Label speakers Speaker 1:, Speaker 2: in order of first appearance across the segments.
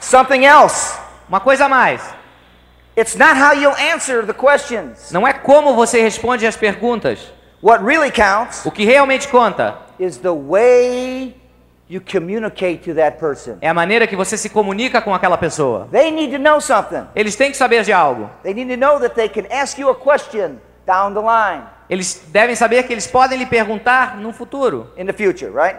Speaker 1: Something else.
Speaker 2: Uma coisa a mais.
Speaker 1: It's not how you'll answer the questions.
Speaker 2: Não é como você responde as perguntas.
Speaker 1: What really counts
Speaker 2: O que realmente conta
Speaker 1: is the way you communicate to that person.
Speaker 2: é a maneira que você se comunica com aquela pessoa.
Speaker 1: They need to know something.
Speaker 2: Eles têm que saber de algo.
Speaker 1: They need to know that they can ask you a question down the line
Speaker 2: Eles devem saber que eles podem lhe perguntar no futuro.
Speaker 1: in the future, right?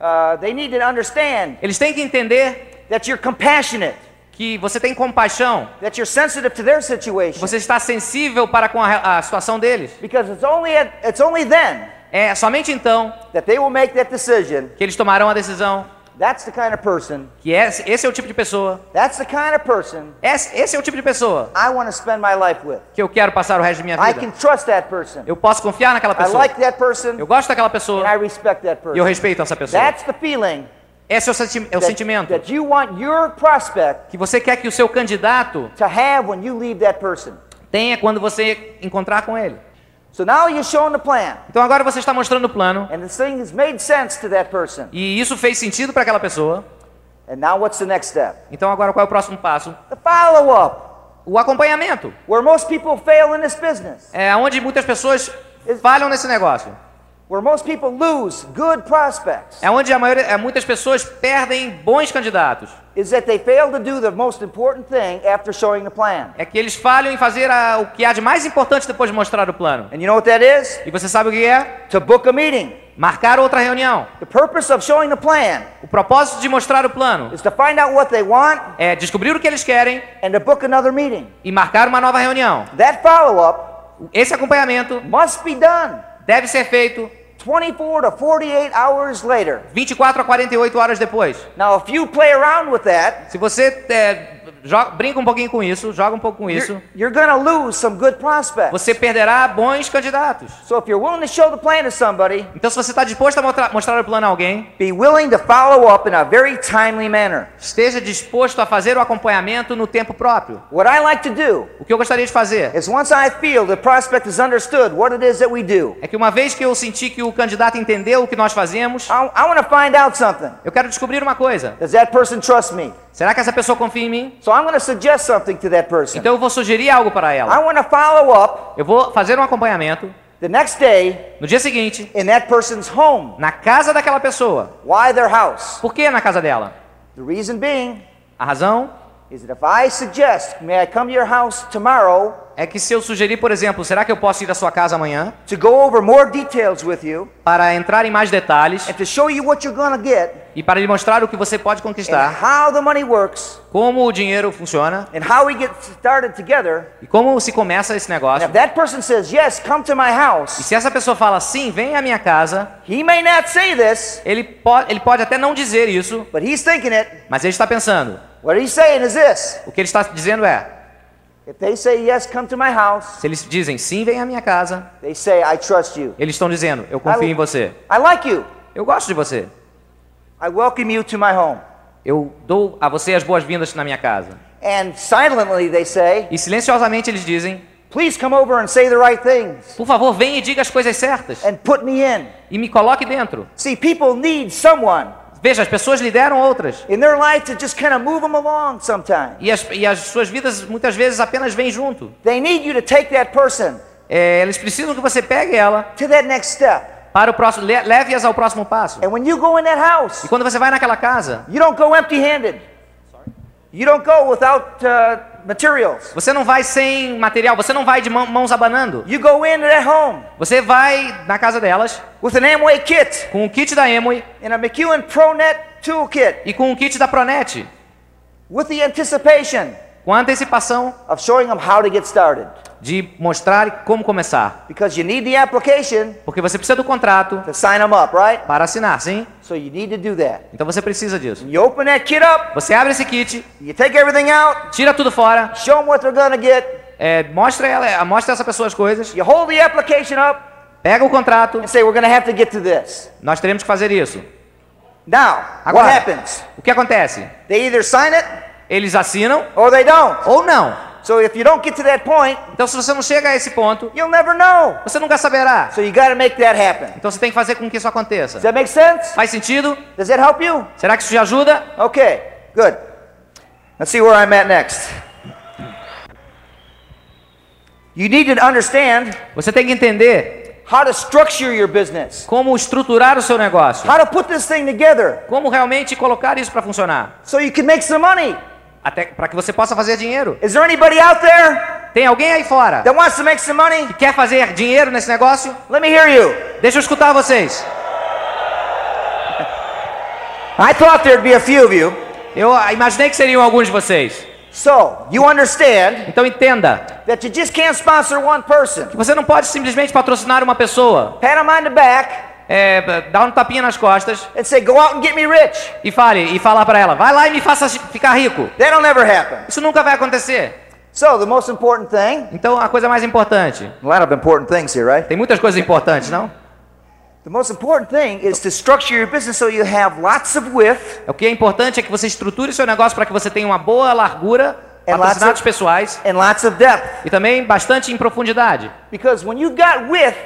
Speaker 1: Uh, they need to understand
Speaker 2: Eles têm que entender
Speaker 1: that you're compassionate,
Speaker 2: que você tem compaixão,
Speaker 1: that you're sensitive to their
Speaker 2: que
Speaker 1: situation.
Speaker 2: você está sensível para com a, a situação deles.
Speaker 1: Because it's only, at, it's only then
Speaker 2: É somente então
Speaker 1: that they will make that decision.
Speaker 2: que eles tomarão a decisão
Speaker 1: That's the kind of person,
Speaker 2: que esse, esse é o tipo de pessoa.
Speaker 1: that's the kind of person
Speaker 2: Esse, esse é o tipo de pessoa
Speaker 1: I want to spend my life with.
Speaker 2: que eu quero passar o resto da minha
Speaker 1: I
Speaker 2: vida.
Speaker 1: can trust that person.
Speaker 2: Eu posso confiar naquela
Speaker 1: I
Speaker 2: pessoa.
Speaker 1: like that person
Speaker 2: Eu gosto daquela
Speaker 1: and
Speaker 2: pessoa
Speaker 1: I respect that
Speaker 2: e eu
Speaker 1: person.
Speaker 2: respeito essa pessoa.
Speaker 1: That's the feeling
Speaker 2: Esse é o, senti- é o
Speaker 1: that-
Speaker 2: sentimento
Speaker 1: that you want your prospect
Speaker 2: que você quer que o seu candidato
Speaker 1: to have when you leave that person.
Speaker 2: tenha quando você encontrar com ele.
Speaker 1: So now you're showing the plan,
Speaker 2: Então agora você está mostrando o plano
Speaker 1: and this thing has made sense to that person.
Speaker 2: e isso fez sentido para aquela pessoa.
Speaker 1: And now what's the next step?
Speaker 2: Então agora qual é o próximo passo?
Speaker 1: The follow up,
Speaker 2: O acompanhamento.
Speaker 1: where most people fail in this business,
Speaker 2: É onde muitas pessoas
Speaker 1: Ex-
Speaker 2: falham nesse negócio.
Speaker 1: where most people lose good prospects,
Speaker 2: É onde a maioria, é, muitas pessoas perdem bons candidatos.
Speaker 1: is that they fail to do the most important thing after showing the plan.
Speaker 2: É que eles falham em fazer a- o que há de mais importante depois de mostrar o plano.
Speaker 1: And you know what that is?
Speaker 2: E você sabe o que é?
Speaker 1: To book a meeting.
Speaker 2: Marcar outra reunião.
Speaker 1: The purpose of showing the plan
Speaker 2: O propósito de mostrar o plano
Speaker 1: is to find out what they want
Speaker 2: é descobrir o que eles querem
Speaker 1: and to book another meeting.
Speaker 2: e marcar uma nova reunião.
Speaker 1: That follow up
Speaker 2: Esse acompanhamento
Speaker 1: must be done
Speaker 2: deve ser feito
Speaker 1: 24 to 48 hours later.
Speaker 2: 24 a 48 horas depois.
Speaker 1: Now, if you play around with that,
Speaker 2: Se você é, joga- brinca um pouquinho com isso, joga um pouco com isso,
Speaker 1: you're, you're going to lose some good prospects.
Speaker 2: você perderá bons candidatos.
Speaker 1: So, if you're willing to show the plan to somebody,
Speaker 2: Então, se você está disposto a mostra- mostrar o plano a alguém,
Speaker 1: be willing to follow up in a very timely manner.
Speaker 2: esteja disposto a fazer o acompanhamento no tempo próprio.
Speaker 1: What I like to do
Speaker 2: O que eu gostaria de fazer
Speaker 1: is once I feel the prospect has understood what it is that we do,
Speaker 2: é que, uma vez que eu senti que o candidato entendeu o que nós fazemos,
Speaker 1: I, I want to find out something.
Speaker 2: eu quero descobrir uma coisa:
Speaker 1: Does that person trust me?
Speaker 2: será que essa pessoa confia em mim?
Speaker 1: So, I'm going to suggest something to that person.
Speaker 2: Então, eu vou sugerir algo para
Speaker 1: I
Speaker 2: ela.
Speaker 1: want to follow up
Speaker 2: Eu vou fazer um acompanhamento
Speaker 1: the next day
Speaker 2: no dia seguinte,
Speaker 1: in that person's home.
Speaker 2: na casa daquela pessoa.
Speaker 1: Why their house?
Speaker 2: Por que na casa dela?
Speaker 1: The reason being
Speaker 2: A razão
Speaker 1: is that if I suggest, may I come to your house tomorrow
Speaker 2: é que se eu sugerir, por exemplo, será que eu posso ir à sua casa amanhã
Speaker 1: to go over more details with you
Speaker 2: para entrar em mais detalhes
Speaker 1: and to show you what you're going to get
Speaker 2: e para lhe mostrar o que você pode
Speaker 1: and
Speaker 2: conquistar,
Speaker 1: how the money works
Speaker 2: como o dinheiro funciona
Speaker 1: and how we get started together.
Speaker 2: e como se começa esse
Speaker 1: And
Speaker 2: negócio.
Speaker 1: if that person says, yes, come to my
Speaker 2: E
Speaker 1: house,
Speaker 2: se essa pessoa fala sim, vem à minha casa,
Speaker 1: he may not say this,
Speaker 2: ele pode, ele pode até não dizer isso,
Speaker 1: but he's thinking it.
Speaker 2: mas ele está pensando.
Speaker 1: What he's saying is this
Speaker 2: O que ele está dizendo é:
Speaker 1: if they say, yes, come to my house,
Speaker 2: se eles dizem sim, vem à minha casa,
Speaker 1: they say, I trust you.
Speaker 2: eles estão dizendo, eu confio em você,
Speaker 1: I like you.
Speaker 2: eu gosto de você,
Speaker 1: I welcome you to my home.
Speaker 2: eu dou a você as boas-vindas na minha casa.
Speaker 1: And silently they say,
Speaker 2: E silenciosamente eles dizem:
Speaker 1: please come over and say the right things
Speaker 2: Por favor, venha e diga as coisas certas
Speaker 1: and put me in.
Speaker 2: e me coloque dentro.
Speaker 1: See, people need someone
Speaker 2: Veja, as pessoas lideram outras
Speaker 1: in their life to just kind of move them along sometimes.
Speaker 2: e as, e as suas vidas muitas vezes apenas vêm junto.
Speaker 1: They need you to take that person
Speaker 2: É, eles precisam que você pegue ela
Speaker 1: to that next step.
Speaker 2: para o próximo, le- leve-as ao próximo passo.
Speaker 1: And when you go in that
Speaker 2: E
Speaker 1: house,
Speaker 2: quando você vai naquela casa,
Speaker 1: you don't go empty handed. You don't go without uh, materials.
Speaker 2: você não vai sem material, você não vai de mão- mãos abanando.
Speaker 1: You go into that home
Speaker 2: Você vai na casa delas
Speaker 1: with an Amway kit
Speaker 2: com o kit da Emui
Speaker 1: and a McEwen ProNet toolkit
Speaker 2: e com o kit da Pronet,
Speaker 1: with the anticipation
Speaker 2: com a antecipação
Speaker 1: of showing them how to get started.
Speaker 2: de mostrar como começar.
Speaker 1: Because you need the application
Speaker 2: Porque você precisa do contrato
Speaker 1: to sign them up, right?
Speaker 2: para assinar, sim?
Speaker 1: So you need to do that.
Speaker 2: Então você precisa disso.
Speaker 1: You open that kit up,
Speaker 2: Você abre esse kit,
Speaker 1: you take everything out,
Speaker 2: tira tudo fora,
Speaker 1: show them what they're going to get.
Speaker 2: é, mostra ela, mostra essa pessoa as coisas,
Speaker 1: You hold the application up
Speaker 2: pega o contrato,
Speaker 1: and say, we're going to have to get to this. Now,
Speaker 2: nós teremos que fazer isso.
Speaker 1: what
Speaker 2: Agora.
Speaker 1: happens?
Speaker 2: O que acontece?
Speaker 1: They either sign it
Speaker 2: Eles assinam
Speaker 1: or they don't.
Speaker 2: ou não.
Speaker 1: So if you don't get to that point,
Speaker 2: Então, se você não chega a esse ponto,
Speaker 1: you'll never know.
Speaker 2: você nunca saberá.
Speaker 1: So you got to make that happen.
Speaker 2: Então, você tem que fazer com que isso
Speaker 1: Does
Speaker 2: aconteça.
Speaker 1: that make sense?
Speaker 2: Faz sentido?
Speaker 1: Does that help you?
Speaker 2: Será que isso te ajuda?
Speaker 1: Okay, good. Let's see where I'm at next. You need to understand
Speaker 2: Você tem que entender
Speaker 1: how to structure your business,
Speaker 2: como estruturar o seu negócio.
Speaker 1: how to put this thing together
Speaker 2: Como realmente colocar isso para funcionar.
Speaker 1: so you can make some money.
Speaker 2: Até para que você possa fazer dinheiro.
Speaker 1: Is there anybody out there
Speaker 2: Tem alguém aí fora
Speaker 1: that wants to make some money?
Speaker 2: que quer fazer dinheiro nesse negócio?
Speaker 1: Let me hear you.
Speaker 2: Deixa eu escutar vocês.
Speaker 1: I thought there'd be a few of you.
Speaker 2: Eu ah, imaginei que seriam alguns de vocês.
Speaker 1: So, you understand
Speaker 2: Então entenda
Speaker 1: that you just can't sponsor one person.
Speaker 2: que você não pode simplesmente patrocinar uma pessoa,
Speaker 1: Pat him on the back
Speaker 2: é, b- dar um tapinha nas costas
Speaker 1: and say, go out and get me rich.
Speaker 2: e fale e falar para ela, vai lá e me faça chi- ficar rico.
Speaker 1: That'll never happen.
Speaker 2: Isso nunca vai acontecer.
Speaker 1: So, the most important thing,
Speaker 2: Então a coisa mais importante,
Speaker 1: a lot of important things here, right?
Speaker 2: tem muitas coisas importantes, não?
Speaker 1: The most important thing is to structure your business so you have lots of width
Speaker 2: O que é importante é que você estruture seu negócio para que você tenha uma boa largura,
Speaker 1: É lá
Speaker 2: patrocinados
Speaker 1: do-
Speaker 2: pessoais
Speaker 1: and lots of depth.
Speaker 2: e também bastante em profundidade.
Speaker 1: Because when you've got width,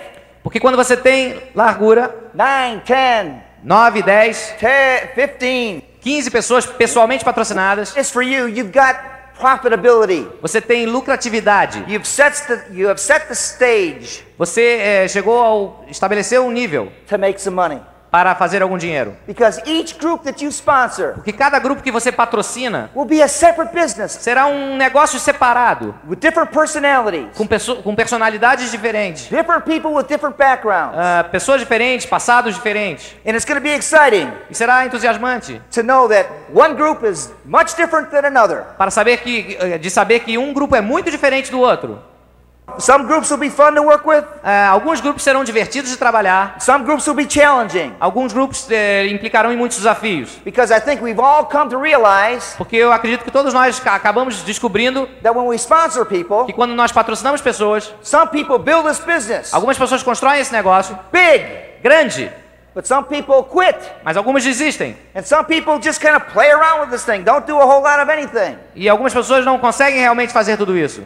Speaker 2: Porque quando você tem largura,
Speaker 1: 9, 10,
Speaker 2: 9, 10,
Speaker 1: 10, 15,
Speaker 2: 15 pessoas pessoalmente patrocinadas,
Speaker 1: just for you, you've got profitability.
Speaker 2: você tem lucratividade.
Speaker 1: You've set the, you have set the stage
Speaker 2: Você eh, chegou ao estabelecer um nível
Speaker 1: to make some money.
Speaker 2: para fazer algum dinheiro.
Speaker 1: Because each group that you sponsor
Speaker 2: Porque cada grupo que você patrocina
Speaker 1: will be a separate business
Speaker 2: será um negócio separado,
Speaker 1: with different personalities,
Speaker 2: com, perso- com personalidades diferentes,
Speaker 1: different people with different backgrounds.
Speaker 2: ah, pessoas diferentes, passados diferentes.
Speaker 1: And it's going to be exciting
Speaker 2: E será entusiasmante
Speaker 1: to know that one group is much different than another.
Speaker 2: para saber que eh, de saber que um grupo é muito diferente do outro.
Speaker 1: Some groups will be fun to work with,
Speaker 2: Ah, alguns grupos serão divertidos de trabalhar,
Speaker 1: some groups will be challenging.
Speaker 2: alguns grupos eh, implicarão em muitos desafios.
Speaker 1: Because I think we've all come to realize
Speaker 2: Porque eu acredito que todos nós ca- acabamos descobrindo
Speaker 1: that when we sponsor people,
Speaker 2: que quando nós patrocinamos pessoas,
Speaker 1: some people build this business
Speaker 2: algumas pessoas constroem esse negócio
Speaker 1: big,
Speaker 2: grande,
Speaker 1: but some people quit.
Speaker 2: mas algumas desistem.
Speaker 1: And some people just kind of play around with this thing, don't do a whole lot of anything.
Speaker 2: E algumas pessoas não conseguem realmente fazer tudo isso.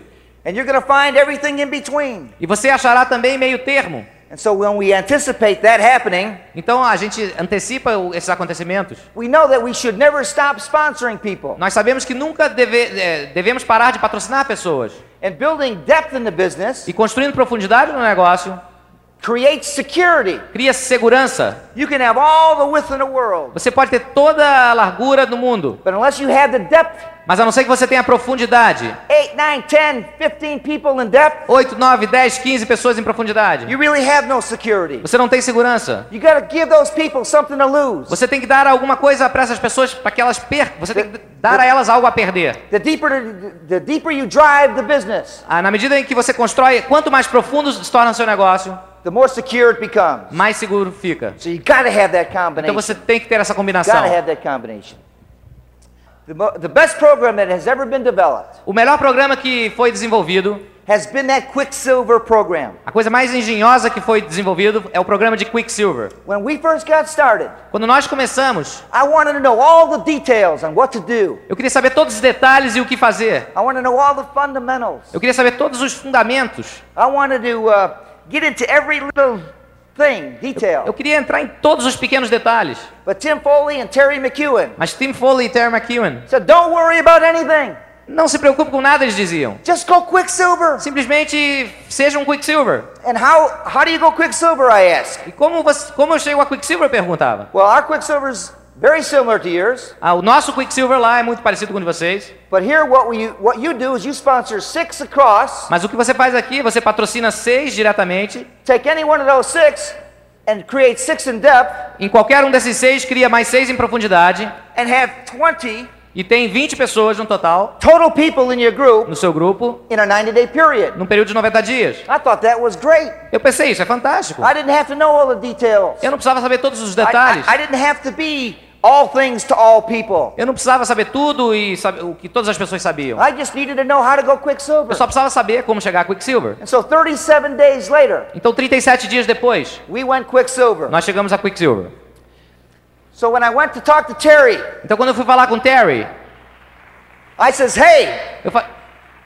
Speaker 1: And you're going to find everything in between.
Speaker 2: E você achará também meio termo.
Speaker 1: And so when we anticipate that happening,
Speaker 2: Então a gente antecipa o- esses acontecimentos.
Speaker 1: we know that we should never stop sponsoring people.
Speaker 2: Nós sabemos que nunca deve- eh, devemos parar de patrocinar pessoas.
Speaker 1: And building depth in the business
Speaker 2: E construindo profundidade no negócio,
Speaker 1: creates security.
Speaker 2: cria segurança.
Speaker 1: You can have all the width in the world,
Speaker 2: Você pode ter toda a largura do mundo,
Speaker 1: but unless you have the depth,
Speaker 2: mas a não ser que você tenha profundidade.
Speaker 1: 8, 9, 10, 15 people in depth,
Speaker 2: 8, 9, 10, 15 pessoas em profundidade.
Speaker 1: you really have no security.
Speaker 2: Você não tem segurança.
Speaker 1: You got to give those people something to lose.
Speaker 2: Você tem que dar alguma coisa para essas pessoas para que elas percam. Você tem que dar a elas algo a perder.
Speaker 1: The deeper, the deeper you drive the business,
Speaker 2: Ah, na medida em que você constrói, quanto mais profundo se torna o seu negócio,
Speaker 1: the more secure it becomes.
Speaker 2: mais seguro fica.
Speaker 1: So you got to have that
Speaker 2: Então
Speaker 1: combination.
Speaker 2: você tem que ter essa combinação.
Speaker 1: Got to have that combination. The, mo- the best program that has ever been developed
Speaker 2: O melhor programa que foi desenvolvido,
Speaker 1: has been that Quicksilver program.
Speaker 2: a coisa mais engenhosa que foi desenvolvido é o programa de Quicksilver.
Speaker 1: When we first got started,
Speaker 2: Quando nós começamos,
Speaker 1: I wanted to know all the details on what to do.
Speaker 2: eu queria saber todos os detalhes e o que fazer.
Speaker 1: I wanted to know all the fundamentals.
Speaker 2: Eu queria saber todos os fundamentos.
Speaker 1: I wanted to uh, get into every little thing,
Speaker 2: Eu
Speaker 1: detail.
Speaker 2: queria entrar em todos os pequenos detalhes.
Speaker 1: But Tim Foley and Terry McEwen
Speaker 2: Mas Tim Foley e Terry McEwen,
Speaker 1: said, don't worry about anything.
Speaker 2: não se preocupe com nada, eles diziam.
Speaker 1: Just go Quicksilver.
Speaker 2: Simplesmente seja um Quicksilver.
Speaker 1: And how, how do you go Quicksilver, I asked.
Speaker 2: E como, você, como eu chego a Quicksilver, eu perguntava.
Speaker 1: Well, our Quicksilver's very similar to yours.
Speaker 2: Ah, o nosso Quicksilver lá é muito parecido com o de vocês.
Speaker 1: But here, what, we, what you do is you sponsor six across,
Speaker 2: Mas o que você faz aqui, você patrocina seis diretamente.
Speaker 1: take any one of those six and create six in depth,
Speaker 2: Em qualquer um desses seis, cria mais seis em profundidade.
Speaker 1: and have 20
Speaker 2: E tem 20 pessoas no total
Speaker 1: total people in your group
Speaker 2: no seu grupo,
Speaker 1: in a 90 day period.
Speaker 2: num período de 90 dias.
Speaker 1: I thought that was great.
Speaker 2: Eu pensei, isso é fantástico.
Speaker 1: I didn't have to know all the details.
Speaker 2: Eu não precisava saber todos os
Speaker 1: I, I-
Speaker 2: detalhes.
Speaker 1: I didn't have to be all things to all people.
Speaker 2: Eu não precisava saber tudo e saber o que todas as pessoas sabiam.
Speaker 1: I just needed to know how to go
Speaker 2: Eu
Speaker 1: Quicksilver.
Speaker 2: só precisava saber como chegar a Quicksilver.
Speaker 1: And so 37 days later,
Speaker 2: Então, 37 dias depois,
Speaker 1: we went Quicksilver.
Speaker 2: nós chegamos a Quicksilver.
Speaker 1: So when I went to talk to Terry,
Speaker 2: Então, quando eu fui falar com o Terry,
Speaker 1: I says, "Hey,
Speaker 2: eu, fa-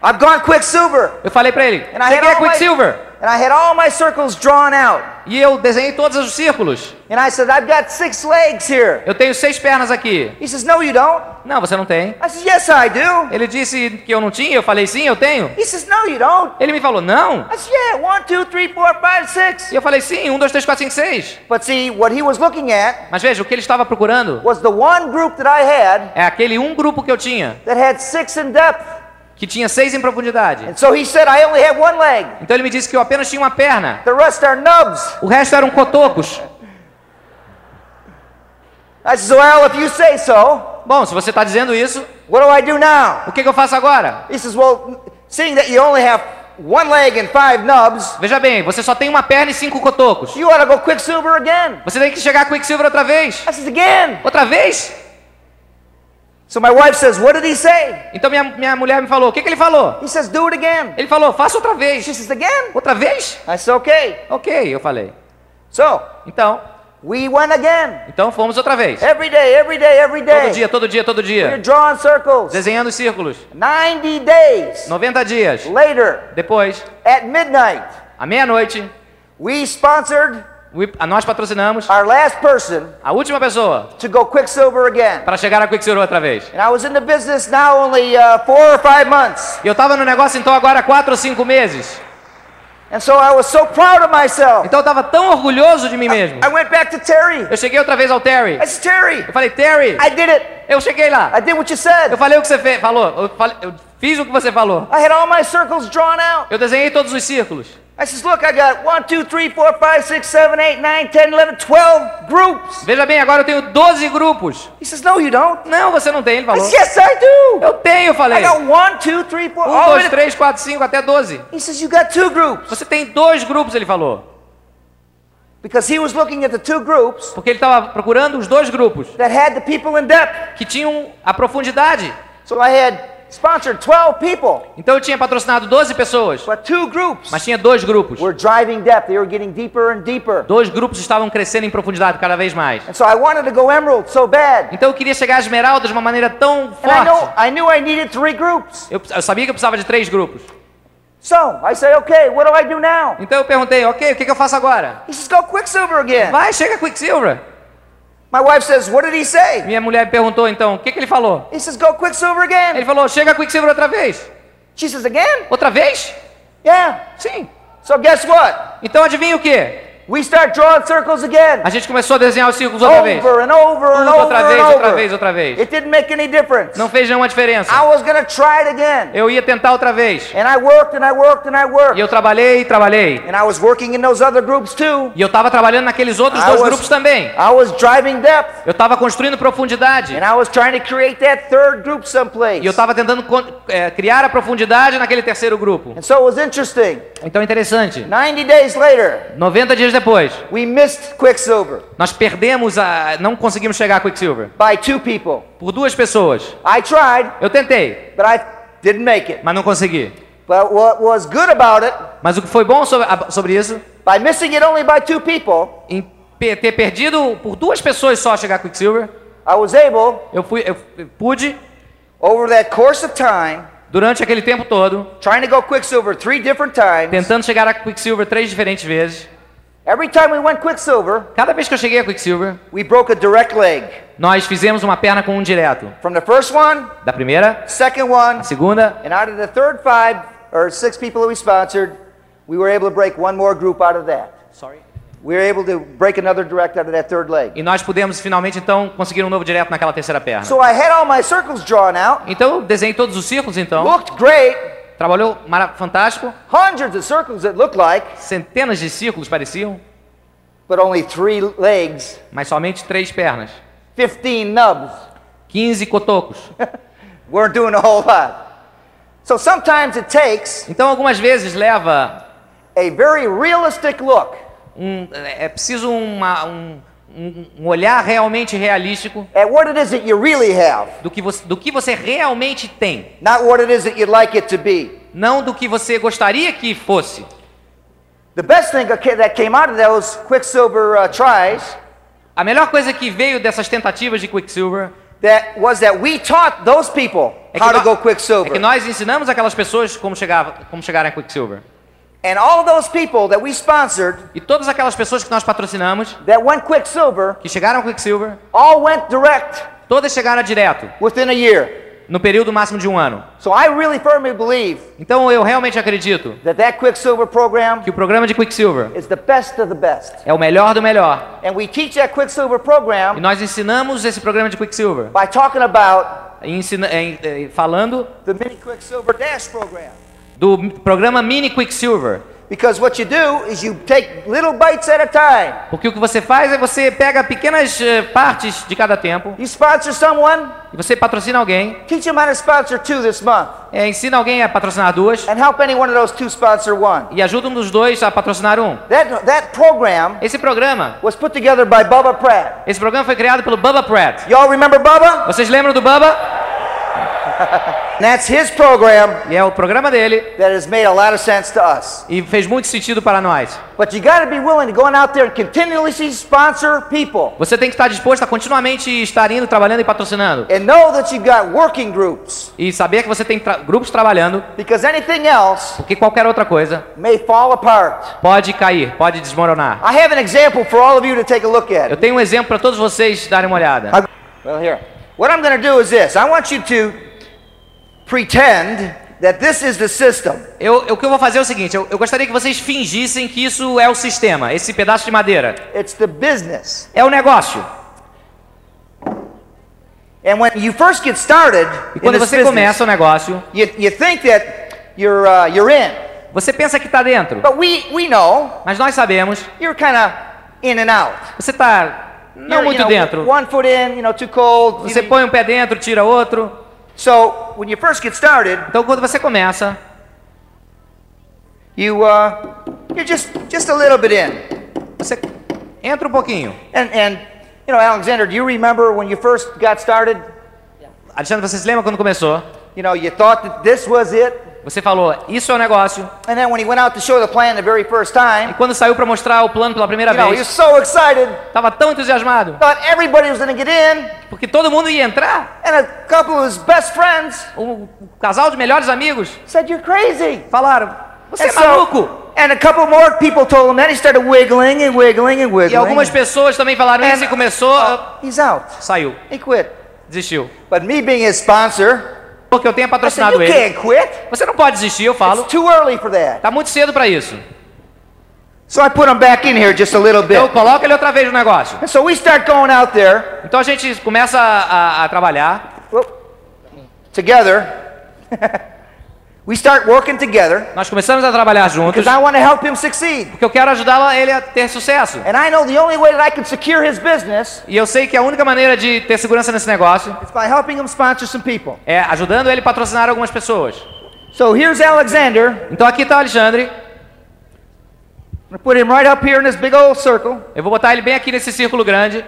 Speaker 1: I've gone Quicksilver."
Speaker 2: eu falei pra ele:
Speaker 1: And I
Speaker 2: Você
Speaker 1: had
Speaker 2: quer
Speaker 1: all my-
Speaker 2: Quicksilver?
Speaker 1: And I had all my circles drawn out.
Speaker 2: E eu desenhei todos os círculos.
Speaker 1: And I said, I've got six legs here.
Speaker 2: Eu tenho seis pernas aqui.
Speaker 1: He says, No, you don't.
Speaker 2: Não, você não tem.
Speaker 1: I said, Yes, I do.
Speaker 2: Ele disse que eu não tinha, eu falei sim, eu tenho.
Speaker 1: He says, No, you don't.
Speaker 2: Ele me falou não.
Speaker 1: I said, Yeah, one, two, three, four, five, six.
Speaker 2: E eu falei sim, um, dois, três, quatro, cinco, seis.
Speaker 1: But see, what he was looking at
Speaker 2: Mas veja, o que ele estava procurando
Speaker 1: was the one group that I had
Speaker 2: é aquele um grupo que eu tinha,
Speaker 1: that had six in depth.
Speaker 2: que tinha seis em profundidade.
Speaker 1: And so he said, I only have one leg.
Speaker 2: Então ele me disse que eu apenas tinha uma perna.
Speaker 1: The rest are nubs.
Speaker 2: O resto eram cotocos.
Speaker 1: I said, Well, if you say so,
Speaker 2: Bom, se você está dizendo isso,
Speaker 1: what do I do now?
Speaker 2: o que, que eu faço agora?
Speaker 1: He says, Well, seeing that you only have one leg and five nubs,
Speaker 2: Veja bem, você só tem uma perna e cinco cotocos.
Speaker 1: you ought to go Quicksilver again.
Speaker 2: Você tem que chegar a Quicksilver outra vez.
Speaker 1: I says, Again.
Speaker 2: Outra vez?
Speaker 1: So my wife says, What did he say?
Speaker 2: Então minha, minha mulher me falou, o que, que ele falou?
Speaker 1: He says, Do it again.
Speaker 2: Ele falou, faça outra vez.
Speaker 1: She says, Again?
Speaker 2: Outra vez?
Speaker 1: I said, Okay.
Speaker 2: Ok, eu falei.
Speaker 1: So
Speaker 2: Então,
Speaker 1: we went again.
Speaker 2: então fomos outra vez.
Speaker 1: Every day, every day, every
Speaker 2: Todo
Speaker 1: day.
Speaker 2: dia, todo dia, todo
Speaker 1: We're
Speaker 2: dia.
Speaker 1: drawing circles.
Speaker 2: Desenhando círculos.
Speaker 1: 90 days
Speaker 2: 90 dias.
Speaker 1: later,
Speaker 2: Depois,
Speaker 1: at midnight,
Speaker 2: à meia-noite,
Speaker 1: we sponsored
Speaker 2: we- a nós patrocinamos
Speaker 1: our last person
Speaker 2: a última pessoa
Speaker 1: to go Quicksilver again.
Speaker 2: para chegar a Quicksilver outra vez.
Speaker 1: And I was in the business now only uh, four or five months.
Speaker 2: E eu estava no negócio então agora há 4 ou 5 meses.
Speaker 1: And so I was so proud of myself.
Speaker 2: Então eu estava tão orgulhoso de mim mesmo.
Speaker 1: I went back to Terry.
Speaker 2: Eu cheguei outra vez ao Terry.
Speaker 1: I said, Terry,
Speaker 2: Eu falei, Terry,
Speaker 1: I did it.
Speaker 2: eu cheguei lá.
Speaker 1: I did what you
Speaker 2: Eu
Speaker 1: said.
Speaker 2: falei o que você fez, falou. Eu, falei- eu fiz o que você falou.
Speaker 1: I had all my circles drawn out.
Speaker 2: Eu desenhei todos os círculos.
Speaker 1: I says, look, I got one, two, three, four, five, six, seven, eight, nine, ten, eleven, twelve groups.
Speaker 2: Veja bem, agora eu tenho 12 grupos.
Speaker 1: He says, no, you don't.
Speaker 2: Não, você não tem, ele
Speaker 1: I
Speaker 2: falou.
Speaker 1: says, yes, I do.
Speaker 2: Eu tenho, eu
Speaker 1: I
Speaker 2: falei.
Speaker 1: got one, two, three, four.
Speaker 2: Um,
Speaker 1: all the way
Speaker 2: dois,
Speaker 1: to-"
Speaker 2: três, quatro, cinco, até 12.
Speaker 1: He says, you got two groups.
Speaker 2: Você tem dois grupos, ele falou.
Speaker 1: Because he was looking at the two groups
Speaker 2: Porque ele estava procurando os dois grupos
Speaker 1: that had the people in depth.
Speaker 2: que tinham a profundidade.
Speaker 1: So I had sponsored 12 people,
Speaker 2: Então eu tinha patrocinado 12 pessoas,
Speaker 1: but two groups.
Speaker 2: mas tinha dois grupos.
Speaker 1: We're driving depth. They were getting deeper and deeper.
Speaker 2: Dois grupos estavam crescendo em profundidade cada vez mais.
Speaker 1: And so I wanted to go emerald so bad.
Speaker 2: Então eu queria chegar à esmeralda de uma maneira tão
Speaker 1: And I know
Speaker 2: forte.
Speaker 1: I knew I needed three groups.
Speaker 2: Eu, eu sabia que eu precisava de três grupos.
Speaker 1: So I say, okay, what do I do now?
Speaker 2: Então eu perguntei, ok, o que, que eu faço agora?
Speaker 1: He says, go Quicksilver again.
Speaker 2: Vai, chega Quicksilver.
Speaker 1: My wife says, what did he say?
Speaker 2: Minha mulher me perguntou então, o que, que ele falou?
Speaker 1: He says, go Quicksilver
Speaker 2: Ele
Speaker 1: again.
Speaker 2: falou, chega Quicksilver outra vez.
Speaker 1: She says, again?
Speaker 2: Outra vez?
Speaker 1: Yeah.
Speaker 2: Sim.
Speaker 1: So guess what?
Speaker 2: Então adivinha o que?
Speaker 1: We start drawing circles again.
Speaker 2: A gente começou a desenhar os círculos outra vez.
Speaker 1: Over and over and
Speaker 2: Tudo
Speaker 1: over
Speaker 2: outra vez, outra
Speaker 1: and
Speaker 2: vez,
Speaker 1: over.
Speaker 2: outra vez.
Speaker 1: It didn't make any difference.
Speaker 2: Não fez nenhuma diferença.
Speaker 1: I was going to try it again.
Speaker 2: Eu ia tentar outra vez.
Speaker 1: And I worked and I worked and I
Speaker 2: E
Speaker 1: worked.
Speaker 2: eu trabalhei, trabalhei.
Speaker 1: And I was working in those other groups too.
Speaker 2: E eu estava trabalhando naqueles outros
Speaker 1: I
Speaker 2: dois
Speaker 1: was-
Speaker 2: grupos também.
Speaker 1: I was driving depth.
Speaker 2: Eu estava construindo profundidade.
Speaker 1: And I was trying to create that third group
Speaker 2: E eu
Speaker 1: someplace.
Speaker 2: estava tentando con- eh, criar a profundidade naquele terceiro grupo.
Speaker 1: And so it was interesting.
Speaker 2: Então é interessante.
Speaker 1: 90 days later,
Speaker 2: 90 dias depois,
Speaker 1: we missed Quicksilver
Speaker 2: nós perdemos a. Não conseguimos chegar a Quicksilver.
Speaker 1: by two people.
Speaker 2: Por duas pessoas.
Speaker 1: I tried,
Speaker 2: Eu tentei,
Speaker 1: but I didn't make it.
Speaker 2: mas não consegui.
Speaker 1: But what was good about it,
Speaker 2: Mas o que foi bom sobre, a- sobre isso,
Speaker 1: by missing it only by two people,
Speaker 2: em pe- ter perdido por duas pessoas só chegar a Quicksilver,
Speaker 1: I was able,
Speaker 2: eu, fui, eu f- pude,
Speaker 1: over that course of time,
Speaker 2: durante aquele tempo todo,
Speaker 1: trying to go Quicksilver three different times.
Speaker 2: tentando chegar a Quicksilver três diferentes vezes.
Speaker 1: Every time we went Quicksilver,
Speaker 2: Cada vez que eu cheguei a Quicksilver,
Speaker 1: we broke a direct leg.
Speaker 2: nós fizemos uma perna com um direto.
Speaker 1: From the first one,
Speaker 2: Da primeira,
Speaker 1: second one,
Speaker 2: a segunda,
Speaker 1: And out of the third five or six people that we sponsored, we were able to break one more group out of that. Sorry? We were able to break another direct out of that third leg.
Speaker 2: e nós pudemos finalmente então conseguir um novo direto naquela terceira perna.
Speaker 1: So I had all my circles drawn out,
Speaker 2: Então eu desenhei todos os círculos então.
Speaker 1: looked great,
Speaker 2: Trabalhou mara- fantástico.
Speaker 1: hundreds of circles it looked like,
Speaker 2: Centenas de círculos pareciam,
Speaker 1: but only three legs,
Speaker 2: mas somente três pernas.
Speaker 1: 15 nubs.
Speaker 2: 15 cotocos.
Speaker 1: Weren't doing a whole lot. So sometimes it takes
Speaker 2: Então algumas vezes leva
Speaker 1: a very realistic look
Speaker 2: um é é preciso uma- um, um- um olhar realmente realístico
Speaker 1: at what it is that you really have,
Speaker 2: do que você do que você realmente tem,
Speaker 1: not what it is that you'd like it to be.
Speaker 2: não do que você gostaria que fosse.
Speaker 1: The best thing that ca- that came out of those Quicksilver uh, tries
Speaker 2: A melhor coisa que veio dessas tentativas de Quicksilver
Speaker 1: that was that we taught those people
Speaker 2: é que,
Speaker 1: how to
Speaker 2: nó-
Speaker 1: go
Speaker 2: é que
Speaker 1: Quicksilver.
Speaker 2: nós ensinamos aquelas pessoas como chegar como chegarem a Quicksilver.
Speaker 1: And all those people that we sponsored
Speaker 2: E todas aquelas pessoas que nós patrocinamos,
Speaker 1: that went Quicksilver
Speaker 2: que chegaram ao Quicksilver,
Speaker 1: all went direct
Speaker 2: todas chegaram direto,
Speaker 1: within a year.
Speaker 2: no período máximo de um ano.
Speaker 1: So I really firmly believe
Speaker 2: Então eu realmente acredito
Speaker 1: that that Quicksilver program
Speaker 2: que o programa de Quicksilver
Speaker 1: is the best of the best.
Speaker 2: é o melhor do melhor.
Speaker 1: And we teach that Quicksilver
Speaker 2: E
Speaker 1: program
Speaker 2: nós ensinamos esse programa de Quicksilver,
Speaker 1: by talking about
Speaker 2: e ensina- é, é, falando
Speaker 1: the mini Quicksilver Dash program.
Speaker 2: do programa Mini Quicksilver.
Speaker 1: Because what you do is you take little bites at a time.
Speaker 2: Porque o que você faz é você pega pequenas eh, partes de cada tempo
Speaker 1: You sponsor someone,
Speaker 2: e você patrocina alguém,
Speaker 1: teach them how to sponsor two this month,
Speaker 2: eh, ensina alguém a patrocinar duas
Speaker 1: and help any one of those two sponsor one.
Speaker 2: e ajuda um dos dois a patrocinar um.
Speaker 1: That, that program
Speaker 2: Esse programa,
Speaker 1: was put together by Bubba Pratt.
Speaker 2: esse programa foi criado pelo Bubba Pratt.
Speaker 1: Y'all remember Bubba?
Speaker 2: Vocês lembram do Bubba?
Speaker 1: And that's his program
Speaker 2: E é o programa dele
Speaker 1: that has made a lot of sense to us.
Speaker 2: e fez muito sentido para nós.
Speaker 1: But you got to be willing to go on out there and continually sponsor people
Speaker 2: Você tem que estar disposto a continuamente estar indo, trabalhando e patrocinando.
Speaker 1: and know that you've got working groups
Speaker 2: E saber que você tem tra- grupos trabalhando,
Speaker 1: because anything else
Speaker 2: porque qualquer outra coisa
Speaker 1: may fall apart.
Speaker 2: pode cair, pode desmoronar.
Speaker 1: I have an example for all of you to take a look at.
Speaker 2: Eu tenho um exemplo para todos vocês darem uma olhada.
Speaker 1: I- Well, here. What I'm going to do is this I want you to pretend that this is the system.
Speaker 2: Eu, eu- o que eu vou fazer é o seguinte: eu, eu gostaria que vocês fingissem que isso é o sistema, esse pedaço de madeira.
Speaker 1: It's the business.
Speaker 2: É o negócio.
Speaker 1: And when you first get started,
Speaker 2: E
Speaker 1: in
Speaker 2: quando
Speaker 1: this
Speaker 2: você
Speaker 1: business,
Speaker 2: começa o negócio,
Speaker 1: you, you think that you're, uh, you're in.
Speaker 2: você pensa que está dentro.
Speaker 1: But we, we know
Speaker 2: Mas nós sabemos,
Speaker 1: you're kind of in and out.
Speaker 2: você está
Speaker 1: You're,
Speaker 2: não
Speaker 1: you
Speaker 2: muito
Speaker 1: know,
Speaker 2: dentro.
Speaker 1: One foot in, you know, too cold. you
Speaker 2: Você
Speaker 1: know.
Speaker 2: põe um pé dentro, tira outro.
Speaker 1: so when you first get started,
Speaker 2: Então quando você começa,
Speaker 1: you, uh, you're just, just a little bit in.
Speaker 2: você entra um pouquinho.
Speaker 1: And, and, you know, Alexander, do you remember when you first got started?
Speaker 2: Alexandre, você se lembra quando começou?
Speaker 1: You know, you thought that this was it.
Speaker 2: Você falou, isso é o negócio.
Speaker 1: And then when he went out to show the plan the very first
Speaker 2: E
Speaker 1: time,
Speaker 2: quando saiu para mostrar o plano pela primeira
Speaker 1: you know, he was
Speaker 2: vez,
Speaker 1: so excited,
Speaker 2: estava tão entusiasmado,
Speaker 1: thought everybody was going to get in,
Speaker 2: porque todo mundo ia entrar.
Speaker 1: and a couple of his best friends
Speaker 2: Um casal de melhores amigos
Speaker 1: said, "You're crazy."
Speaker 2: falaram, você é
Speaker 1: And so-
Speaker 2: maluco.
Speaker 1: and a couple more people told him that. He started wiggling and wiggling and
Speaker 2: E
Speaker 1: wiggling.
Speaker 2: algumas
Speaker 1: uh,
Speaker 2: pessoas também falaram
Speaker 1: É,
Speaker 2: isso e
Speaker 1: né?
Speaker 2: começou, ah,
Speaker 1: He's out.
Speaker 2: saiu,
Speaker 1: He quit.
Speaker 2: desistiu.
Speaker 1: But me being his sponsor,
Speaker 2: Porque eu tenho
Speaker 1: I said,
Speaker 2: patrocinado
Speaker 1: "You
Speaker 2: ele.
Speaker 1: can't quit.
Speaker 2: Você não pode desistir, eu falo.
Speaker 1: It's too early for that."
Speaker 2: Tá muito cedo para isso.
Speaker 1: So I put him back in here just a little
Speaker 2: Então
Speaker 1: bit.
Speaker 2: coloca ele outra vez no negócio.
Speaker 1: And so we start going out there
Speaker 2: Então a gente começa a, a- a trabalhar,
Speaker 1: whoop, together. we start working together
Speaker 2: nós começamos a trabalhar juntos,
Speaker 1: because I want to help him succeed.
Speaker 2: porque eu quero ajudar ele a ter sucesso.
Speaker 1: And I know the only way that I can secure his business
Speaker 2: E eu sei que a única maneira de ter segurança nesse negócio
Speaker 1: is by helping him sponsor some people.
Speaker 2: é ajudando ele a patrocinar algumas pessoas.
Speaker 1: So here's Alexander.
Speaker 2: Então aqui tá o Alexandre.
Speaker 1: I'm gonna put him right up here in this big old circle.
Speaker 2: Eu vou botar ele bem aqui nesse círculo grande.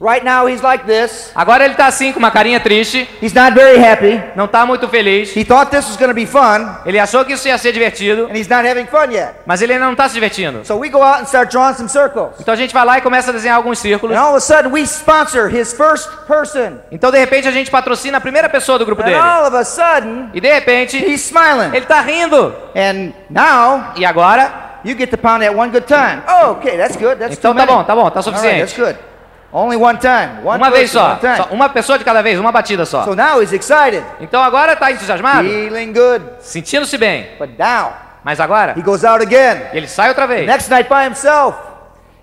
Speaker 1: Right now he's like this.
Speaker 2: Agora ele tá assim, com uma carinha triste,
Speaker 1: He's not very happy.
Speaker 2: não tá muito feliz.
Speaker 1: He thought this was gonna be fun,
Speaker 2: Ele achou que isso ia ser divertido,
Speaker 1: and he's not having fun yet.
Speaker 2: mas ele ainda não tá se divertindo.
Speaker 1: So we go out and start drawing some circles.
Speaker 2: Então a gente vai lá e começa a desenhar alguns círculos.
Speaker 1: And all of a sudden we sponsor his first person.
Speaker 2: Então de repente a gente patrocina a primeira pessoa do grupo
Speaker 1: And
Speaker 2: dele.
Speaker 1: all of a sudden
Speaker 2: E de repente,
Speaker 1: he's smiling.
Speaker 2: ele tá rindo.
Speaker 1: And now
Speaker 2: E agora?
Speaker 1: you get to pound that one good time. Oh, okay, that's good. That's too
Speaker 2: Então tá
Speaker 1: many.
Speaker 2: bom, tá bom, tá
Speaker 1: All right, that's
Speaker 2: suficiente.
Speaker 1: good. Only one time. One
Speaker 2: Uma vez
Speaker 1: person,
Speaker 2: só.
Speaker 1: one time.
Speaker 2: Só Uma pessoa de cada vez, uma batida só.
Speaker 1: So now he's excited,
Speaker 2: Então agora tá entusiasmado,
Speaker 1: feeling good.
Speaker 2: sentindo-se bem.
Speaker 1: But now
Speaker 2: Mas agora,
Speaker 1: he goes out again.
Speaker 2: ele sai outra vez.
Speaker 1: Next night by himself.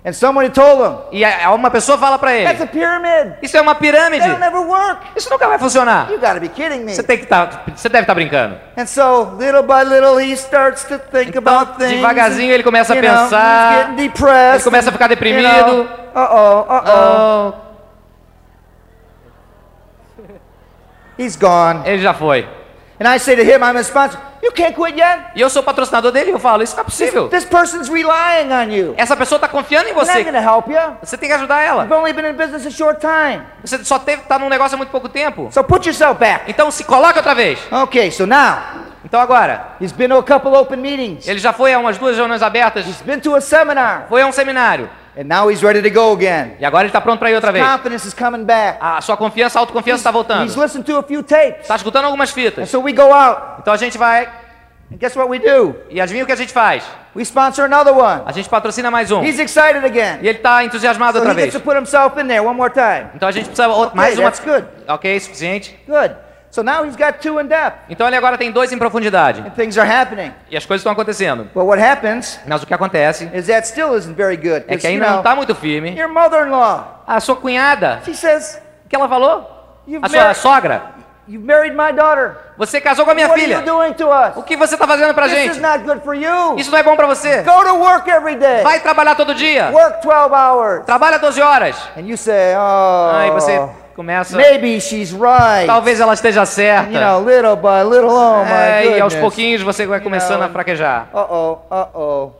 Speaker 1: And somebody told him,
Speaker 2: E a- uma pessoa fala pra
Speaker 1: That's
Speaker 2: ele:
Speaker 1: a pyramid.
Speaker 2: Isso é uma pirâmide.
Speaker 1: That'll never work.
Speaker 2: Isso nunca vai funcionar.
Speaker 1: You gotta be kidding me.
Speaker 2: Você tem que tá, você deve estar brincando.
Speaker 1: And so little by little he starts to think about things.
Speaker 2: devagarzinho ele começa a
Speaker 1: You know, he's
Speaker 2: pensar.
Speaker 1: getting depressed.
Speaker 2: Ele começa a ficar
Speaker 1: You
Speaker 2: deprimido.
Speaker 1: know, uh-oh, uh-oh.
Speaker 2: Oh,
Speaker 1: He's gone.
Speaker 2: ele já foi.
Speaker 1: And I say to him, I'm a sponsor. You can't quit yet.
Speaker 2: E eu sou patrocinador dele e eu falo: Isso não é possível.
Speaker 1: This person's relying on you.
Speaker 2: Essa pessoa tá confiando em
Speaker 1: I'm not
Speaker 2: você.
Speaker 1: gonna help you.
Speaker 2: Você tem que ajudar
Speaker 1: I've
Speaker 2: ela.
Speaker 1: only been in business a short time.
Speaker 2: Você só teve, tá num negócio há muito pouco tempo.
Speaker 1: So put yourself back.
Speaker 2: Então se coloca outra vez.
Speaker 1: Okay, so now
Speaker 2: Então agora,
Speaker 1: he's been to a couple open meetings.
Speaker 2: ele já foi a umas duas reuniões abertas,
Speaker 1: He's been to a seminar.
Speaker 2: foi a um seminário.
Speaker 1: And now he's ready to go again.
Speaker 2: E agora ele tá pronto pra ir outra vez.
Speaker 1: Confidence is coming back.
Speaker 2: A sua confiança, a autoconfiança tá voltando.
Speaker 1: He's listened to a few tapes.
Speaker 2: Tá escutando algumas
Speaker 1: And
Speaker 2: fitas.
Speaker 1: so we go out
Speaker 2: Então a gente vai
Speaker 1: And guess what we do?
Speaker 2: E adivinha o que a gente faz?
Speaker 1: We sponsor another one.
Speaker 2: A gente patrocina mais um.
Speaker 1: He's excited
Speaker 2: E
Speaker 1: again.
Speaker 2: ele tá
Speaker 1: So
Speaker 2: entusiasmado outra
Speaker 1: he gets
Speaker 2: vez.
Speaker 1: to put himself in there one more time.
Speaker 2: Então a gente precisa outra- mais
Speaker 1: Okay,
Speaker 2: uma.
Speaker 1: that's good.
Speaker 2: Ok, suficiente.
Speaker 1: Good. So now he's got two in depth
Speaker 2: Então ele agora tem dois em profundidade.
Speaker 1: and things are happening.
Speaker 2: E as coisas estão acontecendo.
Speaker 1: But what happens
Speaker 2: Mas o que acontece
Speaker 1: is that still isn't very good.
Speaker 2: é
Speaker 1: 'cause,
Speaker 2: que
Speaker 1: you
Speaker 2: ainda não
Speaker 1: know,
Speaker 2: tá muito firme.
Speaker 1: your mother-in-law,
Speaker 2: A sua cunhada,
Speaker 1: she says,
Speaker 2: o que ela falou?
Speaker 1: You've
Speaker 2: A sua
Speaker 1: married-
Speaker 2: sogra.
Speaker 1: you've married my daughter.
Speaker 2: Você casou com a minha
Speaker 1: What are
Speaker 2: filha.
Speaker 1: you doing to
Speaker 2: O
Speaker 1: us?
Speaker 2: que você tá fazendo pra
Speaker 1: This is
Speaker 2: gente?
Speaker 1: not good for you.
Speaker 2: Isso não é bom pra você.
Speaker 1: Go to work every day.
Speaker 2: Vai trabalhar todo dia.
Speaker 1: Work 12 hours.
Speaker 2: Trabalha 12 horas.
Speaker 1: And you say,
Speaker 2: Aí você
Speaker 1: oh,
Speaker 2: começa.
Speaker 1: maybe she's right.
Speaker 2: Talvez ela esteja
Speaker 1: You know,
Speaker 2: certa.
Speaker 1: little by little, oh my
Speaker 2: É, e
Speaker 1: goodness.
Speaker 2: aos pouquinhos você vai começando a fraquejar.
Speaker 1: Uh-oh, uh-oh.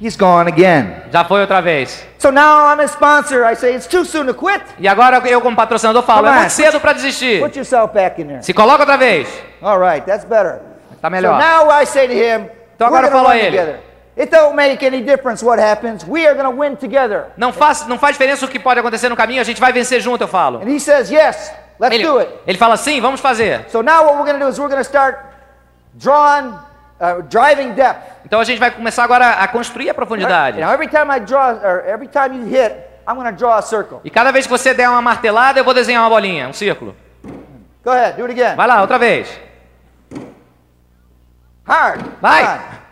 Speaker 1: He's gone again.
Speaker 2: Já foi outra vez.
Speaker 1: So now I'm a sponsor. I say, it's too soon to quit.
Speaker 2: E agora eu, como patrocinador, falo:
Speaker 1: Come
Speaker 2: é
Speaker 1: on.
Speaker 2: muito cedo pra desistir.
Speaker 1: Put yourself back in there.
Speaker 2: Se coloca outra vez.
Speaker 1: All right, that's better.
Speaker 2: Tá
Speaker 1: So
Speaker 2: melhor.
Speaker 1: now I say to him,
Speaker 2: Então
Speaker 1: we're
Speaker 2: agora eu
Speaker 1: gonna
Speaker 2: falo a
Speaker 1: win
Speaker 2: ele.
Speaker 1: together. It don't make any difference what happens. We are going to win together.
Speaker 2: Não faz, não faz diferença o que pode acontecer no caminho, a gente vai vencer junto, eu falo.
Speaker 1: And he says, yes, let's
Speaker 2: Ele,
Speaker 1: do it.
Speaker 2: ele fala sim, vamos fazer.
Speaker 1: So now what we're going to do is we're going to start drawing, uh, driving depth.
Speaker 2: Então a gente vai começar agora a construir a
Speaker 1: Alright,
Speaker 2: profundidade.
Speaker 1: Now every time I draw, or every time you hit, I'm going to draw a circle.
Speaker 2: E cada vez que você der uma martelada, eu vou desenhar uma bolinha, um círculo.
Speaker 1: Go ahead, do it again.
Speaker 2: Vai lá, outra vez.
Speaker 1: Hard.
Speaker 2: Vai.
Speaker 1: Come on.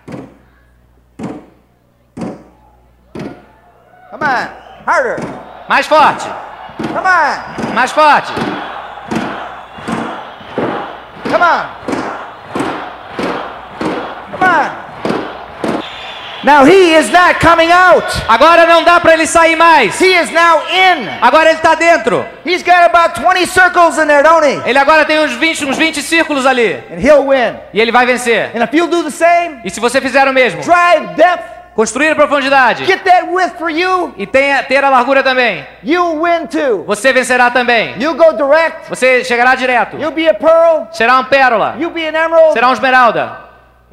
Speaker 1: Come on. Harder.
Speaker 2: Mais forte,
Speaker 1: Come on.
Speaker 2: mais forte.
Speaker 1: Come on. Come on. Now he is not coming out.
Speaker 2: Agora não dá pra ele sair mais.
Speaker 1: He is now in.
Speaker 2: Agora ele tá dentro.
Speaker 1: He's got about 20 circles in there, don't he?
Speaker 2: Ele agora tem uns 20, uns 20 círculos ali.
Speaker 1: And he'll win.
Speaker 2: E ele vai vencer.
Speaker 1: And if you'll do the same,
Speaker 2: E se você fizer o mesmo,
Speaker 1: drive depth,
Speaker 2: construir a profundidade
Speaker 1: get that width for you,
Speaker 2: e tenha, ter a largura também,
Speaker 1: you'll win too.
Speaker 2: você vencerá também.
Speaker 1: You'll go direct,
Speaker 2: Você chegará direto.
Speaker 1: you'll be a pearl,
Speaker 2: Será uma pérola.
Speaker 1: you'll be an emerald,
Speaker 2: Será uma esmeralda.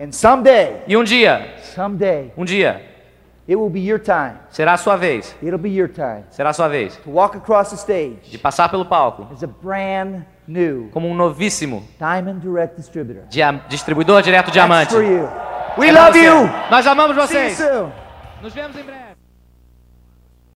Speaker 1: and someday,
Speaker 2: E um dia,
Speaker 1: someday,
Speaker 2: um dia,
Speaker 1: it will be your time.
Speaker 2: será a sua vez.
Speaker 1: It'll be your time
Speaker 2: Será a sua vez
Speaker 1: to walk across the stage
Speaker 2: de passar pelo palco
Speaker 1: as a brand new
Speaker 2: como um novíssimo
Speaker 1: Diamond Direct distributor.
Speaker 2: dia- distribuidor direto diamante.
Speaker 1: That's for you. We
Speaker 2: É pra
Speaker 1: love
Speaker 2: você.
Speaker 1: you.
Speaker 2: Nós amamos
Speaker 1: See you
Speaker 2: vocês.
Speaker 1: soon.
Speaker 2: Nos vemos em breve.